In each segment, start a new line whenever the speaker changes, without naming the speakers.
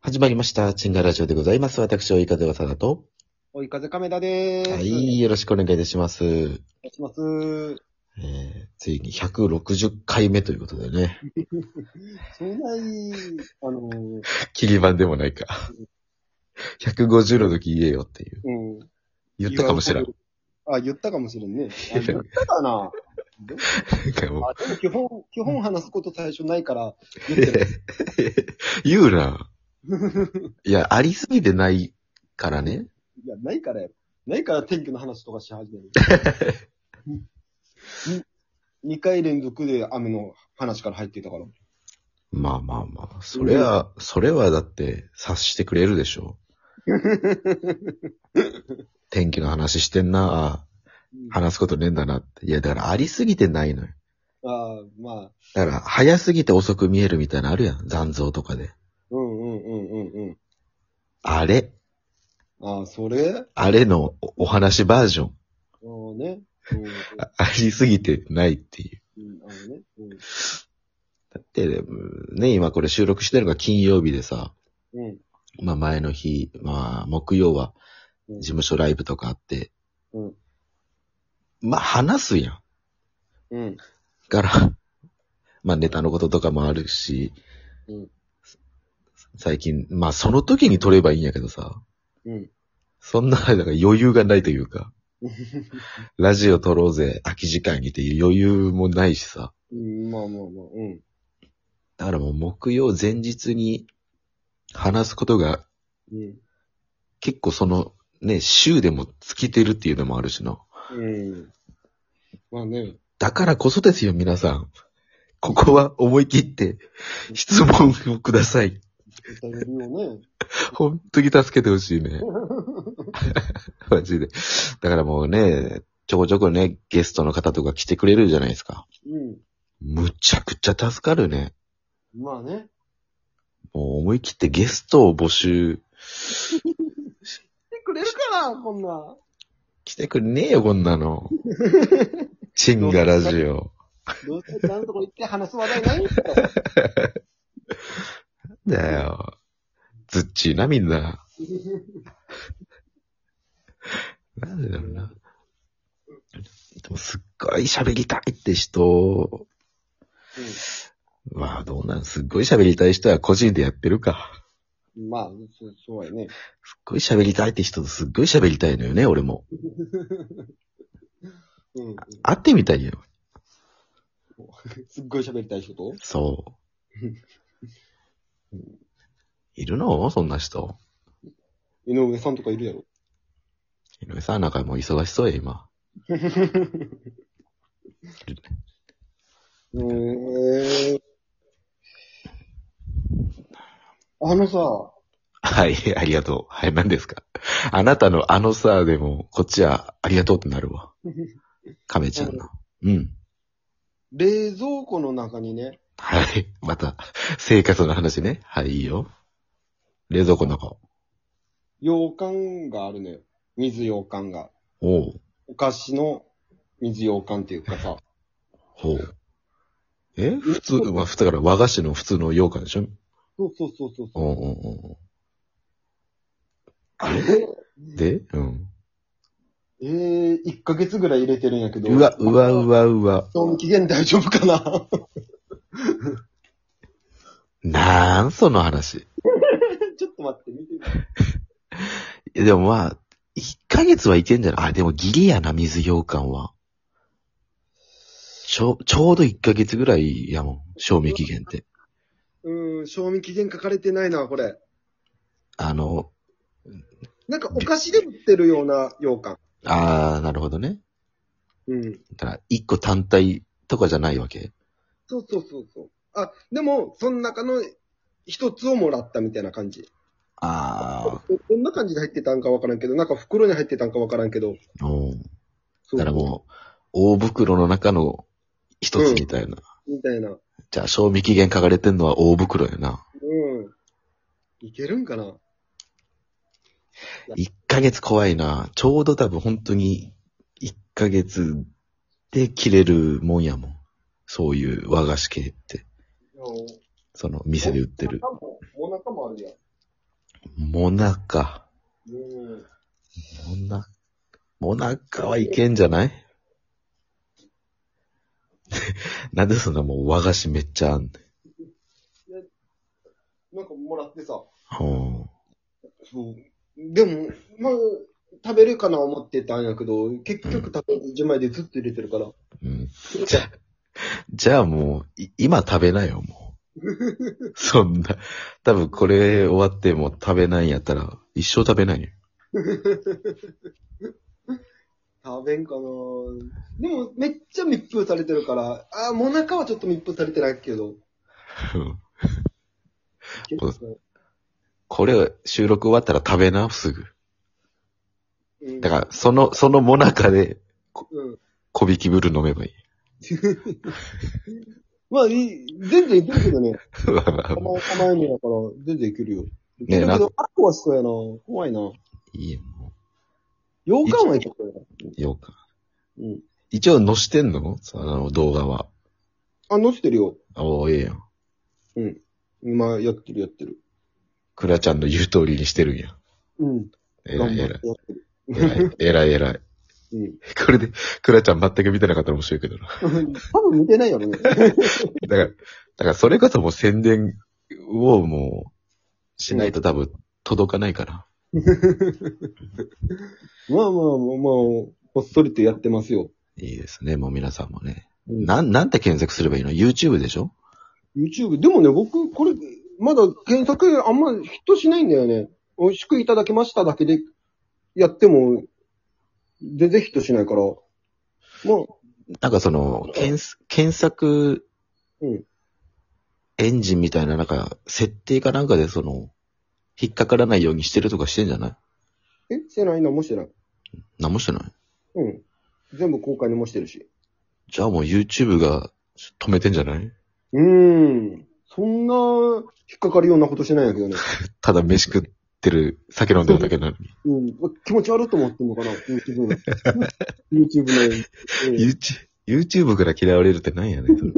始まりました。チンガラジオでございます。私、追い風わさだと。
追い風亀田でーす。
は
お願
い、よろしくお願いいたします。え
いします。
ー、ついに160回目ということでね。
そんなに、あのー、
切り版でもないか。150の時言えよっていう。
うん。
言ったかもしれん。
あ、言ったかもしれん ね。あ言ったかな。でも
なんかも
あでも基本、基本話すこと最初ないから、
う
言ってる。
言うな。いや、ありすぎてないからね。
いや、ないからやろ。ないから天気の話とかし始める。2回連続で雨の話から入ってたから。
まあまあまあ。それは、それはだって察してくれるでし ょ。天気の話してんな。あ話すことねえんだなって。いや、だからありすぎてないのよ。
あーまあ、
だから、早すぎて遅く見えるみたいなのあるやん。残像とかで。
うんうんうんうんうん。
あれ、
ああ、それ
あれのおお話バージョン。
ああね。うんうん
あありすぎてないっていう。
うん、あのね。うん
だって、うんね、今これ収録してるのが金曜日でさ、
うん。
まあ前の日、まあ木曜は
うん
事務所ライブとかあって、
うん
まあ話すやん。
うん。
から、まあネタのこととかもあるし、
うん
最近、まあその時に撮ればいいんやけどさ、
うん。
そんな、なんか余裕がないというか、ラジオ撮ろうぜ、空き時間にっていう余裕もないしさ。
うん、まあまあまあ、うん。
だからもう木曜前日に話すことが
うん。
結構そのね、週でも尽きてるっていうのもあるしな。
うん。まあね。
だからこそですよ、皆さん。ここは思い切って質問をください。
歌えるよね。
本当に助けてほしいね。マジで。だからもうね、ちょこちょこね、ゲストの方とか来てくれるじゃないですか。
う
むちゃくちゃ助かるね。
ん。まあね。
もう思い切ってゲストを募集。
来てくれるかな、こんな。
来てくれねえよ、こんな の。チンガラジオ。
どうせちゃんとこ行って話す話題ないんだよ。
だよ。ずっちーな、みんな。なんでだろうな。でもすっごい喋りたいって人まあどうなんすっごい喋りたい人は個人でやってるか。
うん。 まあ、そう、そうやね。
すっごい喋りたいって人とすっごい喋りたいのよね、俺も。
うん。
会ってみたいよ。
すっごい喋りたい人と
そう。 いるのそんな人。
井上さんとかいるやろ。
井上さんなんかもう忙しそうや、今。
へえ。あのさ、
はい、ありがとう。はい、何ですか。あなたのあのさ、でも、こっちはありがとうってなるわ。亀ちゃんの。うん。
冷蔵庫の中にね、
はい。また、生活の話ね。はい、いいよ。冷蔵庫の中。
洋館があるのよ。水洋館が。
おう。
お菓子の水洋館っていうかさ。
ほう。え普通、まあ、だから和菓子の普通の羊羹でしょ
そうそうそうそう
う
そ
ん
う。
うんうん
あれ
うん。でうん。
えー、1ヶ月ぐらい入れてるんやけど。
うわ、うわ、う
わ。
わ、うわ。
賞味期限大丈夫かな
なーん、その話。
ちょっと待って、見てみて。
えでもまあ、1ヶ月はいけんじゃないあ、でもギリやな、水羊羹は。ちょ、ちょうど1ヶ月ぐらいやもん、賞味期限って。
うーん、賞味期限書かれてないな、これ。
あの、
なんかお菓子で売ってるような洋館。
あー、なるほどね。
うん。
だから、1個単体とかじゃないわけ
そうそうそうそう。あ、でも、その中の一つをもらったみたいな感じ。
あ
どんな感じで入ってたんかわからんけど、なんか袋に入ってたんかわからんけど。
ー、うん。
そう
だからもう、大袋の中の一つみたいな。
みたいな。
じゃあ、賞味期限書かれてんのは大袋やな。
うん。いけるんかな
1ヶ月怖いな。ちょうど多分本当に、1ヶ月で切れるもんやもん。そういう和菓子系って。その、店で売ってる。
もなかもあるやん。
モナカ。
うん。
モナ、モナカはいけんじゃない なんでそんなもう和菓子めっちゃあんねん。
なんかもらってさ。
ほう
そう。でも、まあ、食べるかな思ってたんやけど、結局食べ、自前でずっと入れてるから。
うんじゃ、じゃあもう、い今食べなよ、もう。そんな、多分これ終わっても食べないんやったら、一生食べないよ。
食べんかなでも、めっちゃ密封されてるから、あー、もなかはちょっと密封されてないけど。
うん
結構
これ、収録終わったら食べな、すぐ。
うん
だから、その、そのもなかで、
うん。
小引きブル飲めばいい。
まあ、いい全然いけるけどね。
い
甘い、甘いのだから、全然いけるよ。い
ね
け
え
る
な
け
んか
ど、あっこはしそうやな。怖いな。
いよ、も
洋館はいけそうやな。
う。ようか。
うん。
一応載してんのその動画は。
あ、乗せてるよ。
おー、ええやん。
今、やってるやってる。
クラちゃんの言う通りにしてるんや。
うん。
えらいえら
頑張
い。
ってやってる。
えらいえらいえらい。
うん。
これで、クラちゃん全く見てなかったら面白いけどな。
多分見てないよね。
だから、だからそれこそもう宣伝をもう、しないと多分届かないから。
まあまあまあまあ、ほっそりとやってますよ。
いいですね、もう皆さんもね。
うん
なん、なんて検索すればいいの ?YouTube でしょ
YouTube。でもね、僕、これ、まだ検索あんまヒットしないんだよね。美味しくいただきましただけでやっても、全然ヒットしないから。まあ、
なんかその、検索、検索
うん、
エンジンみたいななんか、設定かなんかでその、引っかからないようにしてるとかしてんじゃない
え、してないな、もしてない。
何もしてない
うん。全部公開にもしてるし。
じゃあもう YouTube が止めてんじゃないう
ーん。そんな、引っかかるようなことしてないんやけどね。
ただ飯食ってる、酒飲んでるだけなのに。
うん。気持ち悪いと思ってんのかな ?YouTube の。YouTube の。えー
YouTube YouTube から嫌われるってなんやね ん、それ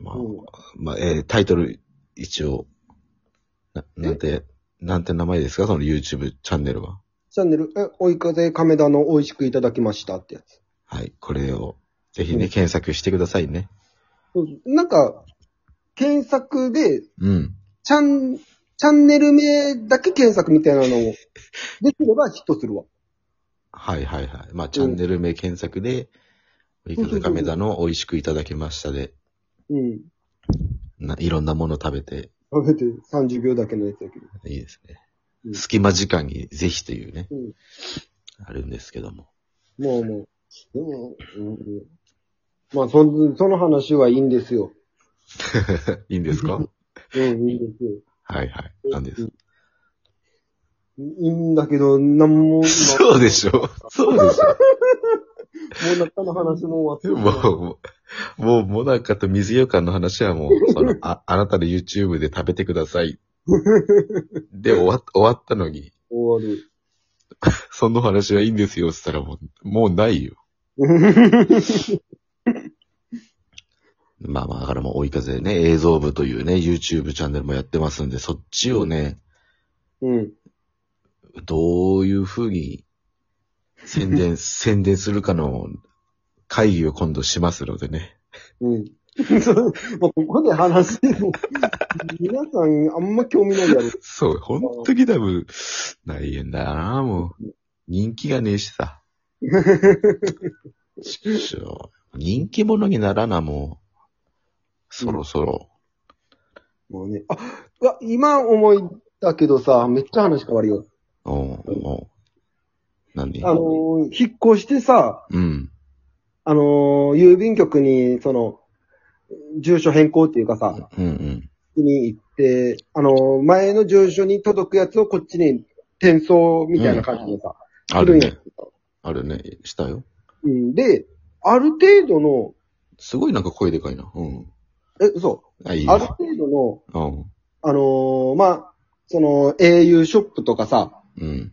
まあ、
うん
まあ、えータイトル、一応、ななんて、なんて名前ですかその YouTube チャンネルは。
チャンネル、え、追い風亀田の美味しくいただきましたってやつ。
はい、これを、ぜひね、
うん
検索してくださいね。
そうなんか、検索で、
うん。
チャン、チャンネル名だけ検索みたいなのを、できればヒットするわ。
はいはいはい。まあ、チャンネル名検索で、い
そうそ
く
う
カメダの美味しくいただきましたで、
うん。
ないろんなもの食べて、
食べて30秒だけのやつだけど。
いいですね
う。ん
隙間時間にぜひというね、
うん
あるんですけども。
もうもう、でも、うんうん、まあ、そん、その話はいいんですよ。
いいんですか
うん、いいんですよ。
はいはい。なんです。
いいんだけど、なんも、今
そうでしょそうでし
もう中の話も
ょ
終わってる。
もう、もう、もなかと水ようかんの話はも う、その、あ、あなたの YouTube で食べてください。で、終わ、終わったのに、
終わる。
その話はいいんですよ、っつったらもう、もうないよ。 まあまあ、だからもう追い風ね、映像部というね、YouTube チャンネルもやってますんで、そっちをね、
うん。
どういうふうに宣 伝、宣伝するかの会議を今度しますのでね。
うん。そうまあ、ここで話しても、 皆さんあんま興味ないやろ。
そう、本当に多分、大変だなもう。人気がねえしさ。ちっしょ人気者にならな、もう。そろそろ。
もうね、あ、うわ、今思いだけどさ、めっちゃ話変わるよ。
おうおう何
あのー引っ越してさ、
うん。
あのー郵便局に、その、住所変更っていうかさ、
うんうん。
に行って、あのー前の住所に届くやつをこっちに転送みたいな感じでさ、
あ
する
る
んや
ね。あるね。したよ。
うん。で、ある程度の、
すごいなんか声でかいな。うん。
え、嘘。
あ、いい
ある
よ。
程度の、
うん。
あのーまあ、その、au ショップとかさ、
うん。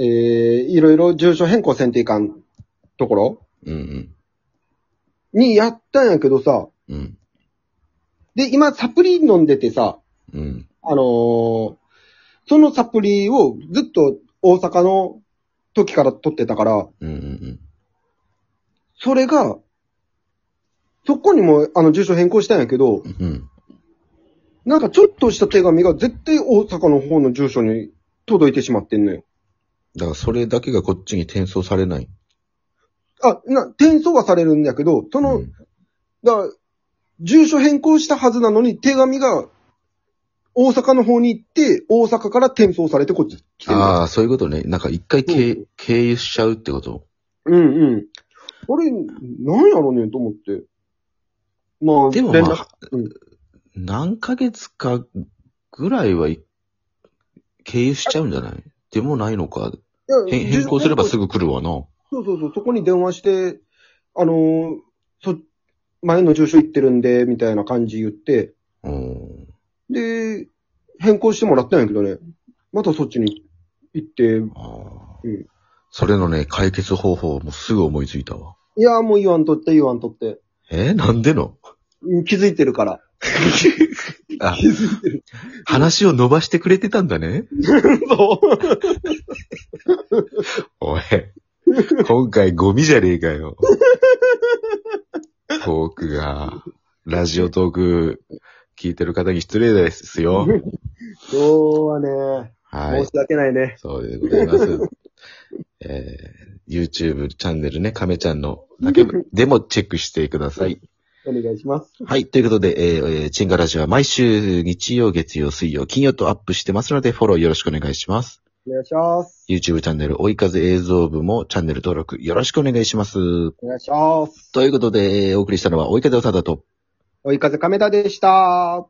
えー、いろいろ住所変更せんといかんところ
うんうん。
にやったんやけどさ、
うん。
で、今サプリ飲んでてさ、
うん。
あのーそのサプリをずっと大阪の時から取ってたから、
うんうん
それが、そこにも、あの、住所変更したんやけど、
うん。うん。
なんかちょっとした手紙が絶対大阪の方の住所に届いてしまってんのよ。
だからそれだけがこっちに転送されない。
あ、な、転送はされるんやけど、そ
う
の、
ん
だから住所変更したはずなのに手紙が大阪の方に行って、大阪から転送されてこっち来てる。
ああ、そういうことね。なんか一回経,、
う
経由しちゃうってこと。
うんうん。これ、なんやろねと思って。まあ、
でも
連
ま
絡
あ、
うん
何ヶ月かぐらいはい経由しちゃうんじゃないでもないのか。
いや
変変更すればす
住
ぐ来るわな。
所そうそうそう、そこに電話して、あのーそ、前の住所行ってるんで、みたいな感じ言って、
うん。
で、変更してもらったんやけどね。またそっちに行って、
ああ
うん
それのね、解決方法もすぐ思いついたわ。
いやーもう言わんとって言わんとって。
えーなんでの
うん気づいてるから。
あ、
気づいてる。
話を伸ばしてくれてたんだね。
そう。
おい。今回ゴミじゃねえかよ。トークが、ラジオトーク聞いてる方に失礼ですよ。
今日はね、
はい
申し。訳ないね。
そうでございます。えー、YouTube チャンネルね、亀ちゃんのだけでもチェックしてください。
お願いします。
はい。ということで、えーえー、チンガラジオは毎週日曜、月曜、水曜、金曜とアップしてますので、フォローよろしくお願いします。
お願いします。
YouTube チャンネル、追い風映像部もチャンネル登録よろしくお願いします。
お願いします。
ということで、えーお送りしたのは、追い風おさだと。
追い風亀田でした。